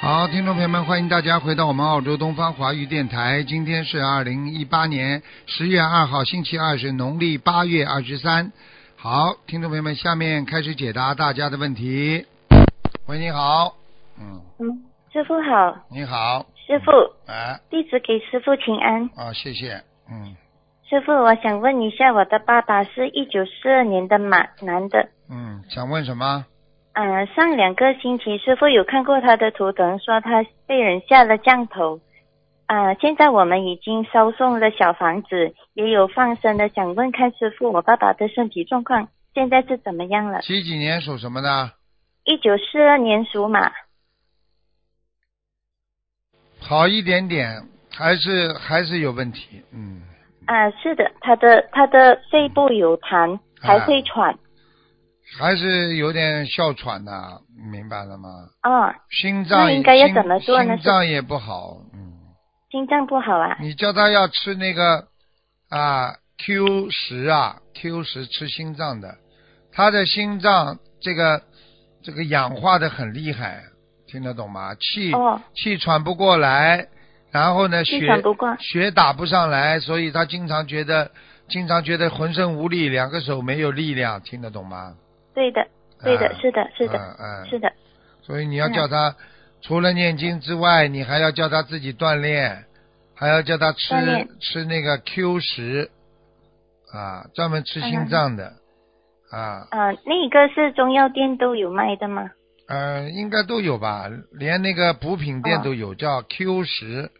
好，听众朋友们，欢迎大家回到我们澳洲东方华语电台。今天是二零一八年十月二号，星期二，是农历八月二十三。好，听众朋友们，下面开始解答大家的问题。喂，你好，嗯，嗯，师傅好，你好，师傅，哎，弟子给师傅请安。啊，谢谢，嗯师傅，我想问一下，我的爸爸是一九四二年的马男的，嗯，想问什么？嗯、上两个星期师傅有看过他的图腾，说他被人下了降头。啊、现在我们已经烧送了小房子，也有放生的，想问看师傅，我爸爸的身体状况现在是怎么样了？几几年属什么的？一九四二年属马，好一点点，还是还是有问题，嗯，啊、是的，他的他的肺部有痰，还会喘，还是有点哮喘的、明白了吗？啊、心脏那应该要怎么做呢心脏也不好，嗯，心脏不好啊，你叫他要吃那个啊 Q 十啊 Q 十吃心脏的，他的心脏这个这个氧化的很厉害，听得懂吗？气、哦气喘不过来，然后呢气血喘不过血打不上来，所以他经常觉得经常觉得浑身无力，两个手没有力量，听得懂吗？对的，对的，嗯是的，是的，嗯嗯是的，所以你要嗯叫他、除了念经之外，你还要叫他自己锻炼，还要叫他吃锻炼吃那个 Q 十，啊，专门吃心脏的，啊，呃，那个是中药店都有卖的吗？呃，应该都有吧，连那个补品店哦都有，叫 Q 十。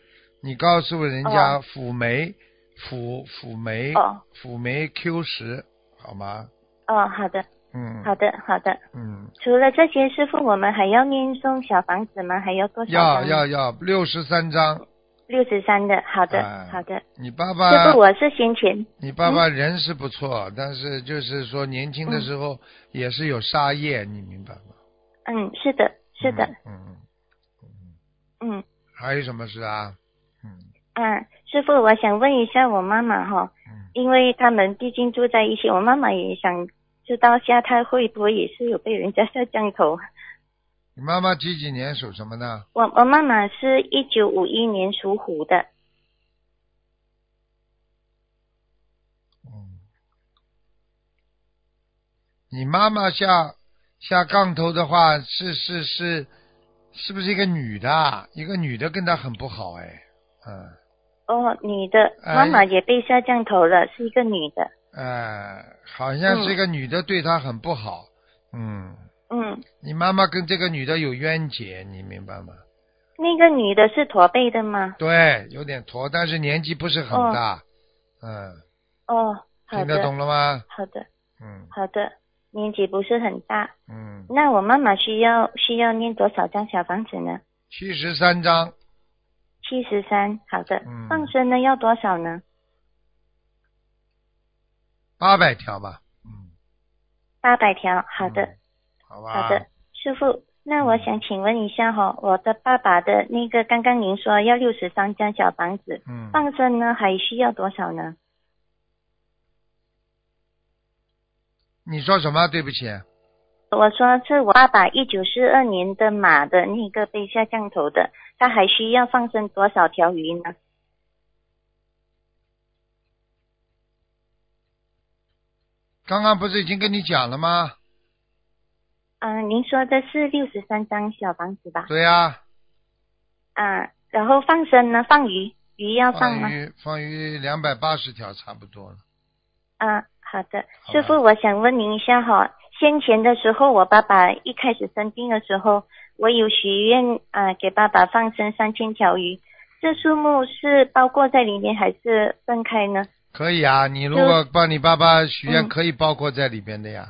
你告诉人家辅酶，辅辅酶哦，辅酶 Q 十，好吗？哦，好的，嗯，好的，好的。嗯，除了这些，师傅，我们还要念诵小房子吗？还要多少要张？要要六十三章。六十三的，好的，哎好的。你爸爸师傅，我是先前你爸爸人是不错，但是就是说年轻的时候也是有杀业，你明白吗？嗯，是的，是的，嗯。嗯，嗯还有什么事啊？嗯啊，师傅，我想问一下我妈妈哈，嗯，因为他们毕竟住在一起，我妈妈也想知道下她会不会也是有被人家下降头。你妈妈几几年属什么呢？我我妈妈是一九五一年属虎的，嗯，你妈妈下下杠头的话，是是是，是不是一个女的啊？一个女的跟她很不好哎，嗯。哦，女的，哎妈妈也被下降头了，是一个女的。呃，好像这个女的对她很不好，嗯，嗯，你妈妈跟这个女的有冤结，你明白吗？那个女的是驼背的吗？对，有点驼，但是年纪不是很大，嗯，哦，好听得的，懂了吗？好的，嗯好的，年纪不是很大。嗯，那我妈妈需要需要念多少张小房子呢？七十三章，七十三，好的嗯。放生呢要多少呢？八百条吧，嗯，八百条，好的，嗯好吧，好的，师傅。那我想请问一下哈、我的爸爸的那个刚刚您说要六十三张小房子，嗯，放生呢还需要多少呢？你说什么？对不起，我说是我爸爸一九四二年的马的那个被下降头的，他还需要放生多少条鱼呢？刚刚不是已经跟你讲了吗？嗯、您说的是六十三张小房子吧？对呀、啊、然后放生呢？放鱼，鱼要啊放放吗？鱼放鱼两百八十条差不多了，啊、好的，好吧师傅，我想问您一下哈，先前的时候，我爸爸一开始生病的时候，我有许愿啊、给爸爸放生三千条鱼，这数目是包括在里面还是分开呢？可以啊，你如果帮你爸爸许愿，嗯可以包括在里边的呀，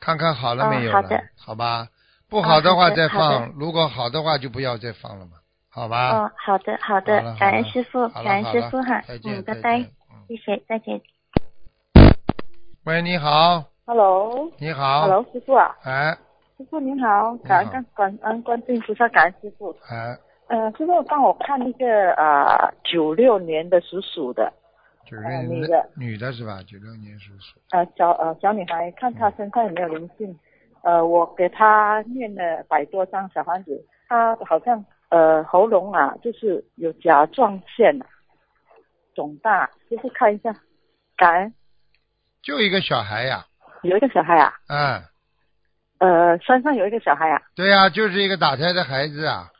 看看好了没有了，哦好的啊吧？不好的话好的再放，如果好的话就不要再放了嘛，好吧？哦，好的，好啊好了，的，好了感恩师傅，好了感恩师傅哈好了再，见，嗯，拜再拜见，嗯谢谢，再见。喂，你好， Hello，Hello，你好，师傅啊，哎师傅您好，感恩你好感恩观世音菩萨，感恩师傅。哎，呃，师傅帮我看一个呃九六年的属鼠的九六哦年那的个女的是吧？九六年属鼠，呃小呃小女孩，看她身上有没有灵性。呃，我给她念了百多张小房子，她好像呃呃喉咙啊，就是有甲状腺、啊、肿大，就是看一下。感恩就一个小孩呀、有一个小孩啊，嗯，呃，山上有一个小孩啊，对呀、就是一个打胎的孩子啊。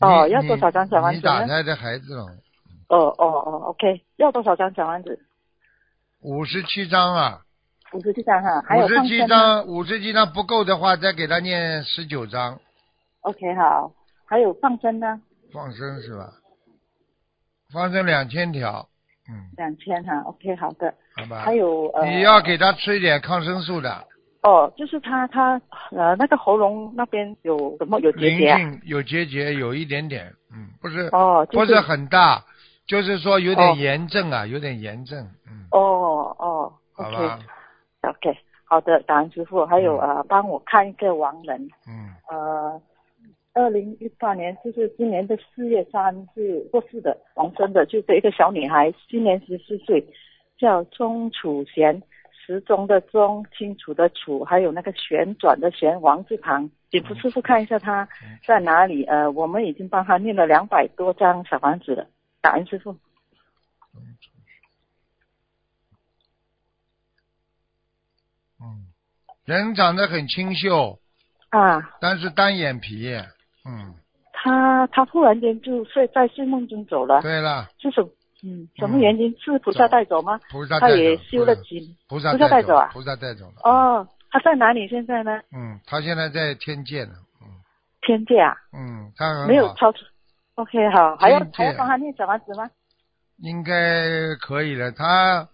哦你要多少张小房你子呢你打胎的孩子了，哦哦哦，OK，要多少张小丸子？五十七张啊，五十七张哈，还有五十放七生吗张，五十七张不够的话，再给他念十九张 OK，好，还有放生呢，放生是吧？放生两千条，嗯，两千哈，OK，好的。好吧。还有呃，啊你要给他吃一点抗生素的，哦，就是他他呃那个喉咙那边有什么有结灵节啊？性有结节，有一点点，嗯，不是、哦，就不是是很大，就是说有哦点炎症啊，有点炎症，嗯，哦哦好吧，OK，OK，好的，感恩师傅。还有呃，帮我看一个亡人，嗯，呃，二零一八年就是今年的四月三日过世的，亡生的，就是一个小女孩，今年十四岁，叫钟楚贤，时钟的钟，清楚的楚，还有那个旋转的旋，王字旁。请傅师傅看一下她嗯在哪里？呃，我们已经帮她念了两百多张小房子了，感恩师傅。嗯，人长得很清秀，啊，但是单眼皮，嗯，她她突然间就睡在睡梦中走了。对了，是什嗯什么原因？是菩萨带走吗？菩萨嗯他带走也修了菩萨几菩萨菩萨带走啊菩萨带走了，哦，他在哪里现在呢？嗯，他现在在天界呢，嗯天界啊，嗯，他很好嗯没有超出。OK，好，还要天界还要帮他念小房子吗？应该可以了。他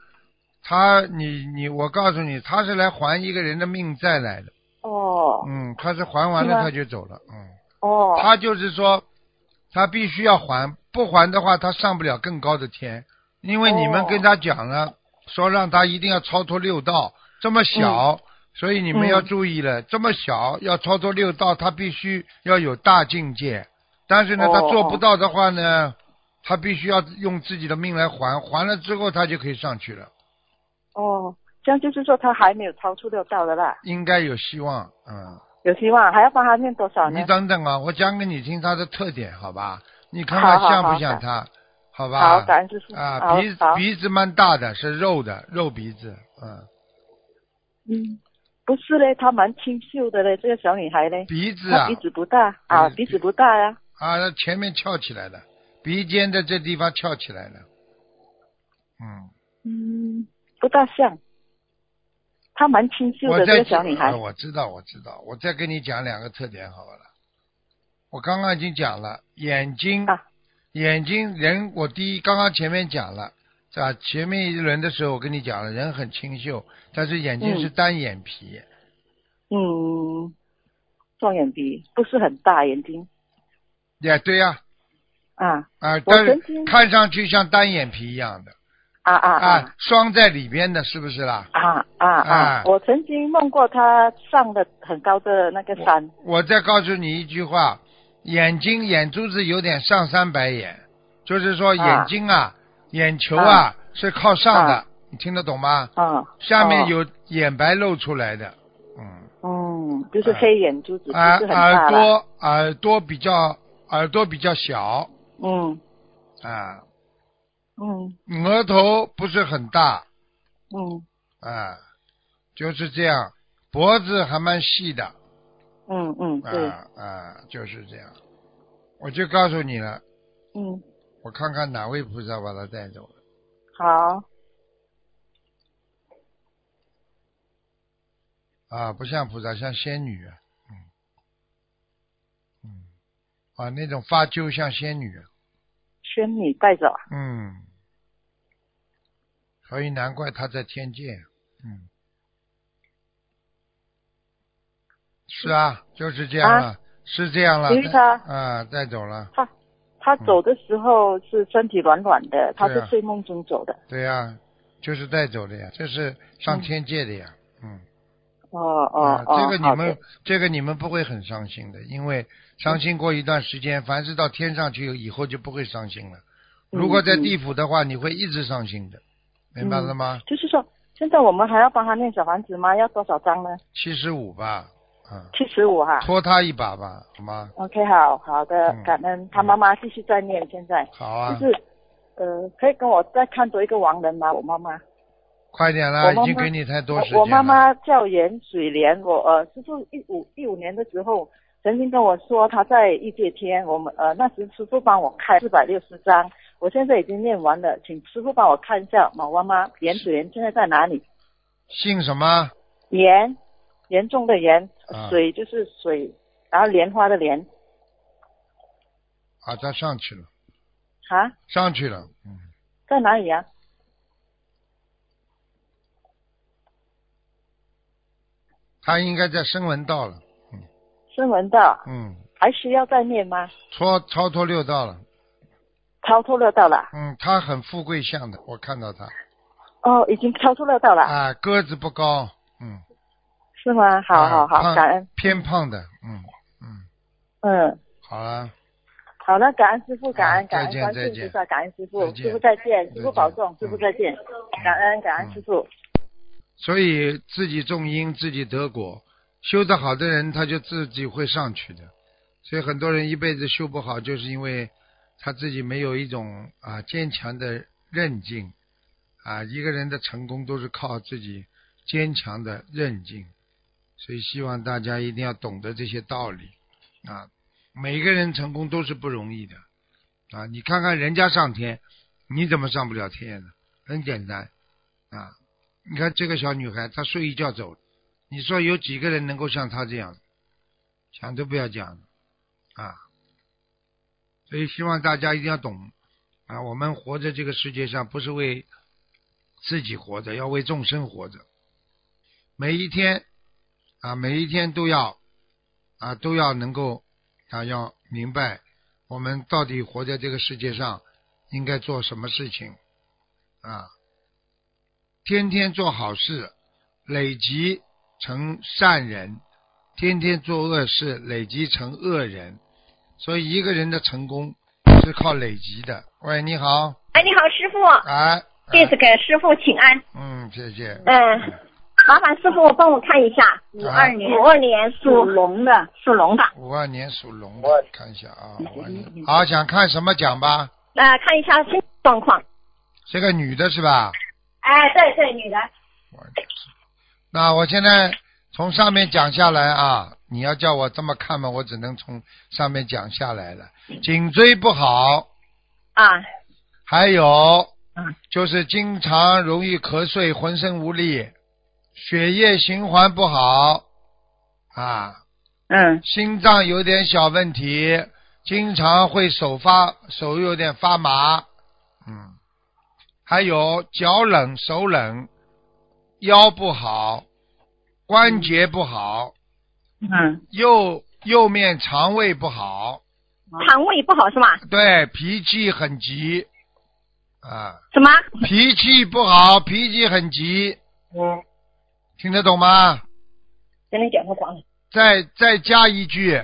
他你你，我告诉你，他是来还一个人的命债来的。哦嗯，他是还完是了吗他就走了。嗯，哦，他就是说，他必须要还，不还的话他上不了更高的天，因为你们哦跟他讲了，说让他一定要超脱六道，这么小。所以你们要嗯注意了，这么小要超脱六道，他必须要有大境界。但是呢，他哦做不到的话呢，他必须要用自己的命来还，还了之后他就可以上去了，哦，这样就是说他还没有超出六道的啦，应该有希望。嗯，有希望，还要帮他念多少呢你？等等啊，我讲给你听他的特点，好吧？你看看好好像不好像的他，好好，吧？感恩师傅。啊，好鼻子好，鼻子蛮大的，是肉的肉鼻子，嗯，嗯，不是嘞，她蛮清秀的嘞，这个小女孩嘞，鼻子她啊鼻子不大啊，嗯鼻子不大呀、啊，前面翘起来的，鼻尖的这地方翘起来了，嗯，嗯，不大像。她蛮清秀我的这在个小女孩啊，我知道，我知道，我再跟你讲两个特点好了。我刚刚已经讲了，眼睛，啊眼睛人，我第一刚刚前面讲了，是吧？前面一轮的时候我跟你讲了，人很清秀，但是眼睛嗯是单眼皮，嗯，双眼皮不是很大，眼睛也对呀、啊啊，我但是曾经看上去像单眼皮一样的啊啊啊啊，双在里边的，是不是啦？啊啊啊啊！我曾经梦过他上了很高的那个山我再告诉你一句话，眼睛眼珠子有点上三白眼，就是说啊眼睛啊，眼球啊是靠上的，啊你听得懂吗？啊，下面哦有眼白露出来的，嗯，嗯，就是黑眼珠子不耳是很大啊耳了，朵耳朵比较耳朵比较小嗯啊，嗯额头不是很大嗯啊，就是这样，脖子还蛮细的，嗯嗯，对，啊啊，就是这样。我就告诉你了，嗯我看看哪位菩萨把他带走了。好，啊，不像菩萨，像仙女啊。嗯嗯，啊，那种发揪像仙女啊。仙女带走啊，嗯，所以难怪他在天界。嗯，是啊，就是这样了，是这样了。因为他啊，带走了。他他走的时候是身体软软的，他对是啊睡梦中走的，对呀、就是带走的呀，这是上天界的呀。嗯哦啊哦，哦，这个好你的们这个你们不会很伤心的，因为伤心过一段时间，凡是到天上去以后就不会伤心了。如果嗯在地府的话，你会一直伤心的，明白了吗？就是说，现在我们还要帮他念小房子吗？要多少张呢？七十五吧，啊、嗯，七十五哈。拖他一把吧，好吗？ OK，好好的嗯，感恩他妈妈继续在念，现在好啊，就是呃，可以跟我再看多一个亡人吗？我妈妈，快点啦，我妈妈已经给你太多时间啊我了。我妈妈叫袁水莲，我呃，师傅一五一五年的时候曾经跟我说她在异界天，我们呃那时师傅帮我看四百六十张，我现在已经念完了，请师傅帮我看一下我妈妈袁水莲现在在哪里？姓什么？严严重的严啊，水就是水，然后莲花的莲啊，他上去了，啊，上去了，嗯，在哪里呀、他应该在声闻道了，孙文道嗯，还需要再念吗？超超脱六道了，超脱乐道了。嗯，他很富贵相的，我看到他，哦，已经超出乐道了，啊，个子不高，嗯，是吗？好啊好好，胖感恩，偏胖的，嗯嗯，嗯，好了，好了，感恩师傅，感啊恩再感恩见观再世音见菩萨，感恩再师傅，见师傅再见，再师见傅保重，师嗯傅再见，感恩感恩师傅，所以自己种因，自己得果，修得好的人，他就自己会上去的。所以很多人一辈子修不好，就是因为他自己没有一种啊坚强的韧劲啊。一个人的成功都是靠自己坚强的韧劲，所以希望大家一定要懂得这些道理啊。每个人成功都是不容易的啊。你看看人家上天，你怎么上不了天呢？很简单啊。你看这个小女孩，她睡一觉走了，你说有几个人能够像她这样？想都不要讲啊！所以希望大家一定要懂啊，我们活在这个世界上，不是为自己活着，要为众生活着。每一天啊，每一天都要啊，都要能够啊，要明白我们到底活在这个世界上应该做什么事情啊。天天做好事，累积成善人；天天做恶事，累积成恶人。所以，一个人的成功是靠累积的。喂，你好，哎，你好，师傅，哎，弟哎子给师傅请安。嗯，谢谢。嗯，麻烦师傅帮我看一下，五二年，五二年属属龙的，属龙的，五二年属龙的，看一下啊，52年好，想看什么讲吧？呃，看一下身体状况。这个女的是吧？哎，对对，女的，我那我现在从上面讲下来啊，你要叫我这么看嘛，我只能从上面讲下来了。颈椎不好，啊，还有嗯，就是经常容易瞌睡、浑身无力，血液循环不好啊，嗯心脏有点小问题，经常会手发手有点发麻，嗯，还有脚冷、手冷，腰不好，关节不好，嗯，右右面肠胃不好，肠胃不好是吗？对，脾气很急，啊，什么？脾气不好，脾气很急，听得懂吗？跟你讲过讲。再再加一句，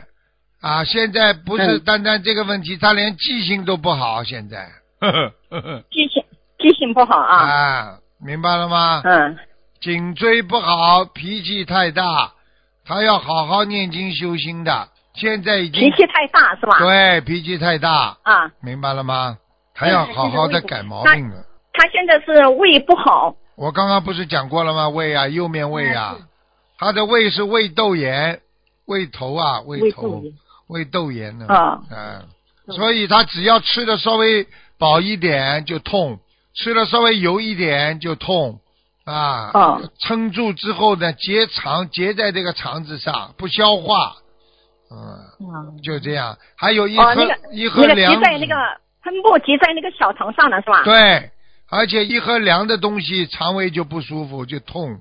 啊，现在不是嗯单单这个问题，他连记性都不好，现在，呵呵呵呵记性记性不好 啊。啊，明白了吗？嗯颈椎不好，脾气太大，他要好好念经修心的。现在已脾经气太大是吧？对脾气太大，啊，明白了吗？嗯还要好好的改毛病了。她现在是胃不好，我刚刚不是讲过了吗？胃啊，右面胃啊，嗯他的胃是胃窦炎，胃头啊，胃头，胃窦炎呢。啊嗯，所以他只要吃的稍微饱一点就痛，吃的稍微油一点就痛啊。啊撑住之后呢，结肠结在这个肠子上，不消化，嗯，就这样。还有一喝、啊哦，那个一喝那个凉积在水那个喷布积在那个小肠上了是吧？对，而且一喝凉的东西，肠胃就不舒服，就痛。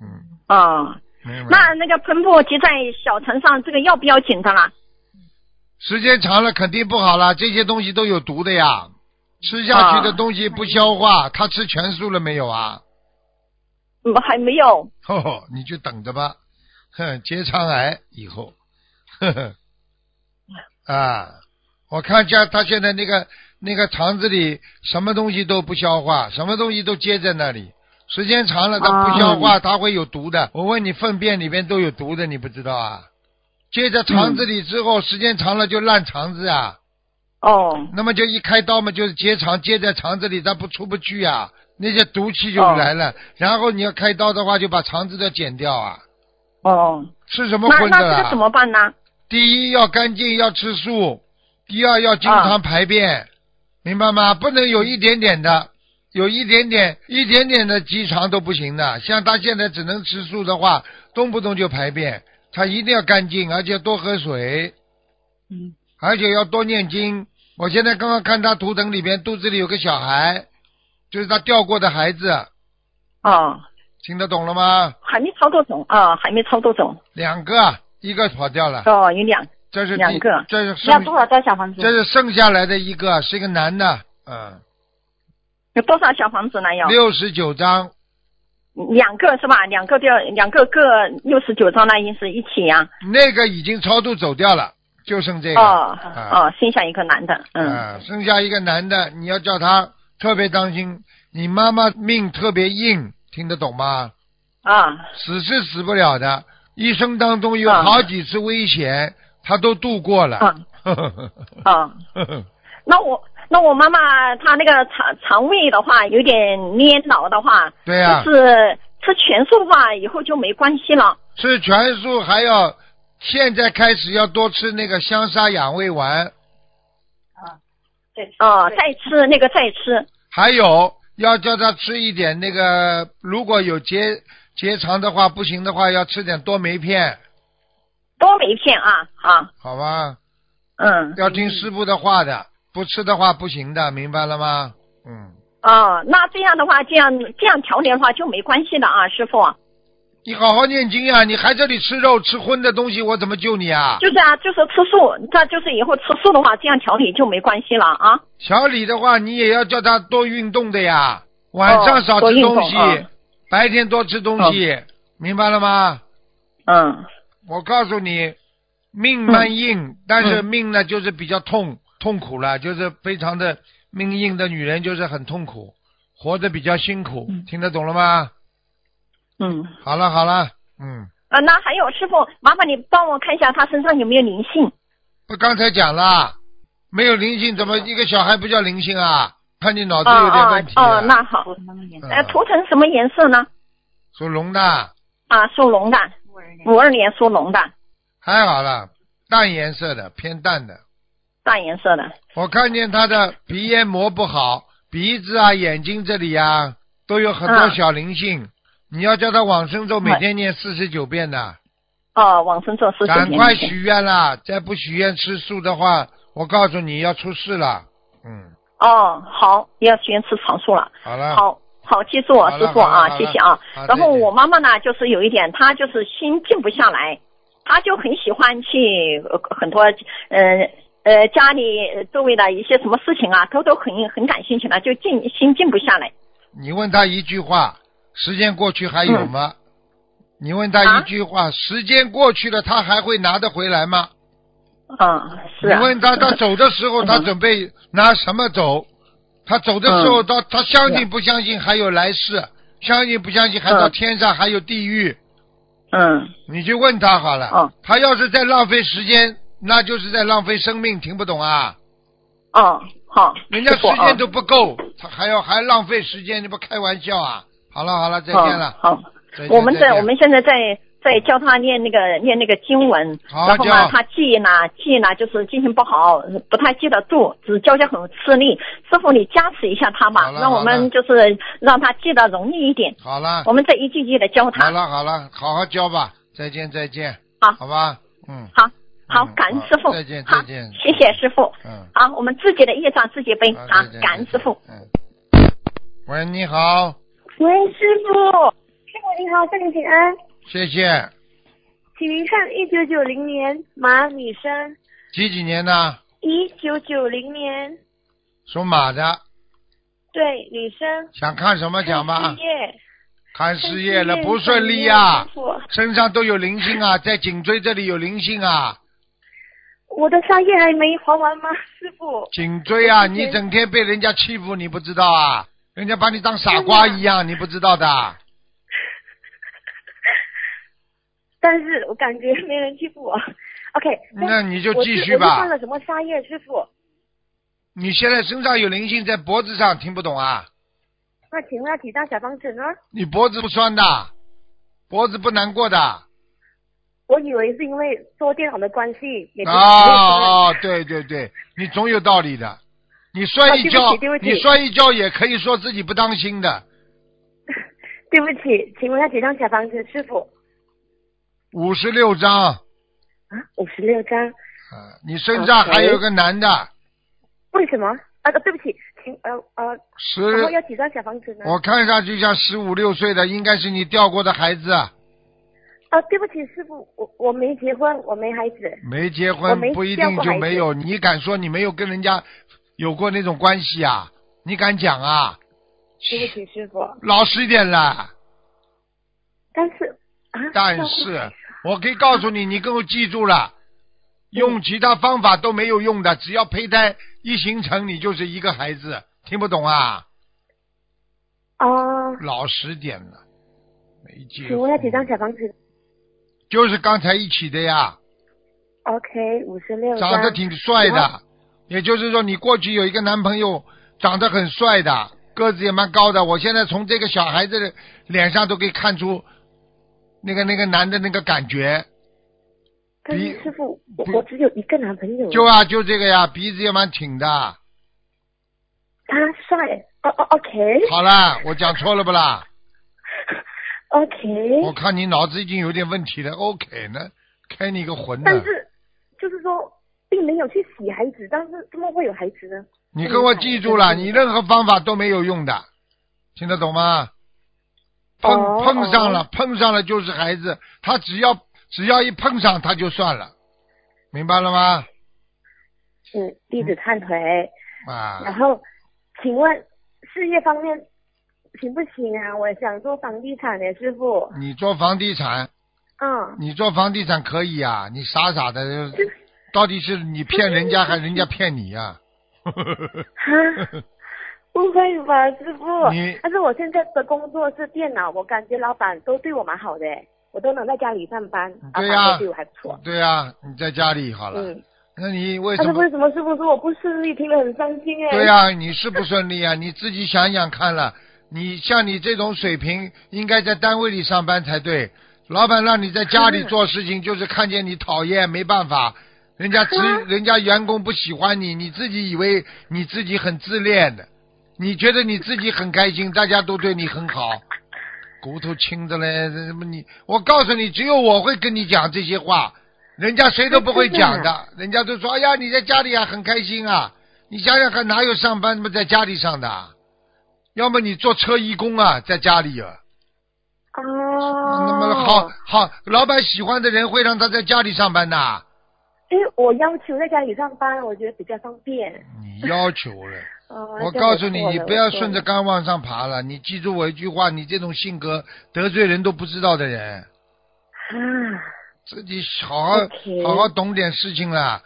嗯，啊，明白。那那个喷布积在小肠上，这个要不要紧的啦？时间长了肯定不好了，这些东西都有毒的呀。吃下去的东西不消啊化，他吃全素了没有啊？嗯，还没有。吼吼，哦你就等着吧，哼，结肠癌以后，呵呵，啊，我看家他现在那个那个肠子里什么东西都不消化，什么东西都结在那里，时间长了它不消化，它会有毒的。我问你，粪便里边都有毒的，你不知道啊？接着肠子里之后，时间长了就烂肠子啊。哦，那么就一开刀嘛，就是结肠，结在肠子里，它不出不去啊，那些毒气就哦来了。然后你要开刀的话，就把肠子都剪掉啊。哦，吃什么那荤那的这个怎啦？么办呢？第一要干净，要吃素；第二要经常排便，明白吗？不能有一点点的，有一点点、一点点的积肠都不行的。像他现在只能吃素的话，动不动就排便，他一定要干净，而且多喝水。嗯，而且要多念经。我现在刚刚看他图腾里边，肚子里有个小孩，就是他掉过的孩子，哦，听得懂了吗？还没操作走啊，还没操作走两个，啊一个跑掉了，哦，有两这是第两个这是要剩多少张小房这子？是剩下来的一个，是一个男的，嗯，有多少小房子呢？要六十九张，两个是吧？两个掉两个各六十九张，那意思一起啊呀、那个已经超度走掉了，就剩这个，哦啊哦，剩下一个男的，嗯，啊，剩下一个男的，你要叫他特别当心，你妈妈命特别硬，听得懂吗？啊死是死不了的，一生当中有啊好几次危险，他都度过了。啊啊，那我那我妈妈她那个肠肠胃的话有点蔫老的话， 对啊呀、就是吃全素的话以后就没关系了。吃全素还要，现在开始要多吃那个香砂养胃丸，对，哦，对再吃那个再吃，还有要叫他吃一点那个，如果有结结肠的话，不行的话要吃点多酶片，多酶片啊啊，好吗？嗯，要听师傅的话的，不吃的话不行的，明白了吗？嗯，哦，那这样的话，这样这样调理的话就没关系的啊，师傅。你好好念经啊！你还这里吃肉吃荤的东西，我怎么救你啊？就是啊，就是吃素，那就是以后吃素的话，这样调理就没关系了啊。小李的话，你也要叫他多运动的呀，晚上少吃东西，多运动嗯哦白天多吃东西，明白了吗？嗯，我告诉你，命蛮硬，但嗯是命呢就是比较痛痛苦了，就是非常的命硬的女人就是很痛苦，活得比较辛苦，听得懂了吗？嗯，好了好了，嗯，啊，那还有师傅，麻烦你帮我看一下他身上有没有灵性。不刚才讲了，没有灵性怎么一个小孩不叫灵性啊？看你脑子啊有点啊问题哦哦，了，那好我。妈妈年嗯呃，图腾什么颜色呢？属龙的啊，属龙的，五二年五二年属龙的，还好了，淡颜色的偏淡的。淡颜色的。我看见他的鼻咽膜不好，鼻子啊、眼睛这里啊都有很多嗯小灵性。你要叫他往生咒每天念四十九遍的，哦，往生咒四十赶年。快许愿啦！再不许愿吃素的话，我告诉你要出事了。嗯，哦，好，要学吃长素了。好了，好好，记住我好了师傅好了好啊了，谢谢啊好。然后再见我妈妈呢，就是有一点，她就是心静不下来，她就很喜欢去呃很多呃呃家里呃周围的一些什么事情啊，都都很很感兴趣的，就静心静不下来。你问他一句话，时间过去还有嗯吗？你问他一句话，时间过去了，他还会拿得回来吗？嗯，是你啊。问他，他走的时候，嗯他准备拿什么走？他走的时候，嗯啊他他相信不相信还有来世？相信不相信还到嗯天上还有地狱？嗯你去问他好了嗯。他要是在浪费时间，那就是在浪费生命，听不懂啊？哦，好，人家师傅时啊间都不够，他还要还浪费时间，你不开玩笑啊？好了好了，再见哦了。好，再见我们再在见我们现在在在教他念那个念那个经文，好然后教呢，他记忆呢记忆呢就是记性不好，不太记得住，只教教很吃力。师傅，你加持一下他好吧，了让我好了们就是让他记得容易一点。好了我们再一句一句的教好他。了好了，好好教吧。再见再见，好，好吧？嗯好，好嗯，感恩好师傅。再见好再见谢谢师傅。嗯。好，我们自己的业障自己背。好再，见感恩师傅。。再见嗯。喂，你好，喂，师傅，师傅你好，这里请安，谢谢。请您看一九九零年马女生，几几年的？一九九零年属马的，对女生，想看什么讲吧事？业，看事业了，不顺利啊呀呀、、身上都有灵性 啊，在颈椎这里有灵性啊，我的商业还没还完吗，师傅？颈椎啊，我之前你整天被人家欺负，你不知道啊？人家把你当傻瓜一样，你不知道的。但是我感觉没人欺负我。OK，那你就继续我是我吧是犯了什么杀业，师傅？你现在身上有灵性，在脖子上，听不懂啊？那请问要几张小房子呢？你脖子不酸的，脖子不难过的。我以为是因为做电脑的关系，也就是啊啊，对对对，你总有道理的。你摔一跤，啊对不起对不起你摔一跤也可以说自己不当心的。对不起，请问要几张小房子，师傅？五十六张，啊啊，五十六张。你身上啊 OK 还有个男的，为什么？啊，对不起，请呃呃，然后十，要几张小房子呢？我看上去像十五六岁的，应该是你掉过的孩子，啊，对不起，师傅，我我没结婚，我没孩子。没结我婚没不一掉定过就孩没子有。你敢说你没有跟人家有过那种关系啊？你敢讲啊？对不起，师傅，老实一点 啦。但是啊，但是我可以告诉 你，你给我记住了，用其他方法都没有用的，只要胚胎一形成，你就是一个孩子。听不懂啊？嗯啊，老实点了，没结请婚。问要几张小房子就是刚才一起的呀， ？OK，五十六张。啊长得挺帅请问的，也就是说你过去有一个男朋友，长得很帅的，个子也蛮高的。我现在从这个小孩子的脸上都可以看出，那个那个男的那个感觉，但比是师傅，我比我只有一个男朋友。就啊就这个呀，鼻子也蛮挺的。他帅，哦哦，OK，OK，好 啦，我讲错了不啦？我 OK。看你脑子已经有点问题了。OK 呢？开你个魂呢但！是就是说，并没有去洗孩子，但是怎么会有孩子呢？你给我记住嗯了，你任何方法都没有用的，听得懂吗？碰哦碰上了，碰上了就是孩子，他只要只要一碰上他就算了，明白了吗？嗯，弟子忏悔。然啊，后，请问事业方面行不行啊？我想做房地产的师傅。你做房地产，嗯，你做房地产可以啊，你傻傻的这，到底是你骗人家还是人家骗你啊呀、哈，嗯啊不会吧，师傅你？但是我现在的工作是电脑，我感觉老板都对我蛮好的，我都能在家里上班，啊老对板呀、都对我还不 错。对呀、你在家里好了。嗯，那你为但什是么？为什么师傅说我不顺利，听了很伤心哎？对呀、你是不顺利啊！你自己想想看了，你像你这种水平，应该在单位里上班才对。老板让你在家里做事情，就是看见你讨厌，没办法，人家 职人家员工不喜欢你，你自己以为你自己很自恋的，你觉得你自己很开心，大家都对你很好，骨头轻的嘞，这什么你？我告诉你，只有我会跟你讲这些话，人家谁都不会讲的，人家都说哎呀你在家里啊很开心啊，你想想看哪有上班他妈在家里上的啊？要么你做车义工啊，在家里啊，哦，那么好好，老板喜欢的人会让他在家里上班的、因为哎我要求在家里上班，我觉得比较方便。你要求了。哦我这样告诉你，错了你不要我错顺着了杆往上爬了。你记住我一句话，你这种性格得罪人都不知道的人，啊。自己好好 OK 好好懂点事情啦。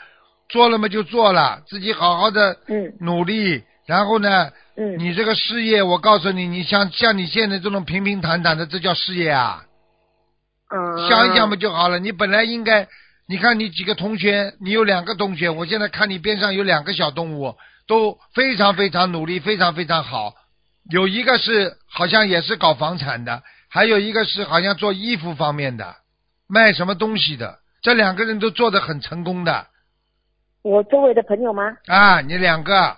做了嘛就做了，自己好好的嗯努力。然后呢，嗯，你这个事业，我告诉你，你像像你现在这种平平坦坦的，这叫事业啊。啊想一想不就好了？你本来应该，你看你几个同学，你有两个同学，我现在看你边上有两个小动物，都非常非常努力，非常非常好。有一个是好像也是搞房产的，还有一个是好像做衣服方面的，卖什么东西的。这两个人都做得很成功的我周围的朋友吗？啊！你两个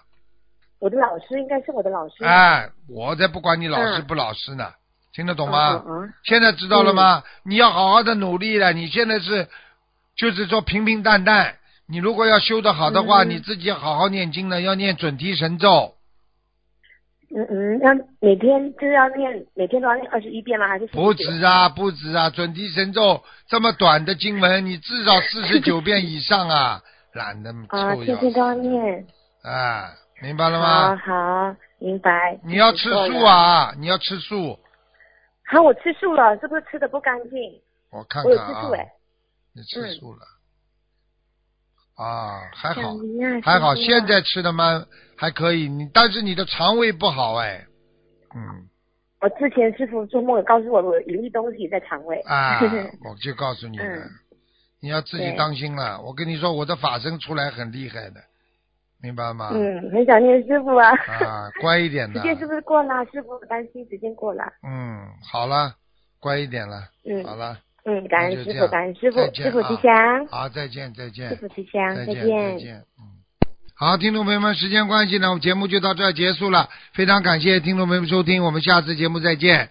我的老师应该是我的老师。，啊，我才不管你老实嗯不老实呢，听得懂吗？嗯嗯现在知道了吗？你要好好的努力了。你现在是，就是说平平淡淡。你如果要修得好的话，嗯你自己好好念经呢，要念准提神咒。嗯嗯，那每天就是要念，每天都要念二十一遍吗？还是不49止啊，不止啊，准提神咒这么短的经文，你至 少四十九遍以上啊，懒得啊，臭天要天都要死念。啊啊，明白了好吗？好，明白。你要吃素！啊，你要吃素，好，我吃素了，是不是吃的不干净？我看我有看吃啊素，哎，你吃素了啊，还好感。恩啊还好，师父啊现在吃的蛮还可以，你但是你的肠胃不好哎，嗯我之前师傅做梦告诉我我有一东西在肠胃。 啊，我就告诉你了嗯，你要自己对当心了。我跟你说，我的法身出来很厉害的，明白吗？嗯，很想念师傅啊。啊，乖一点时的。间是不是过了？师傅担心时间过了。嗯，好了，乖一点了，嗯好了，嗯，感那恩就师这傅，样感恩师傅再，见师傅啊吉祥，好，再见，再见师。傅吉祥，再再再见。嗯，好，听众朋友们，时间关系呢，我们节目就到这儿结束了。非常感谢听众朋友们收听，我们下次节目再见。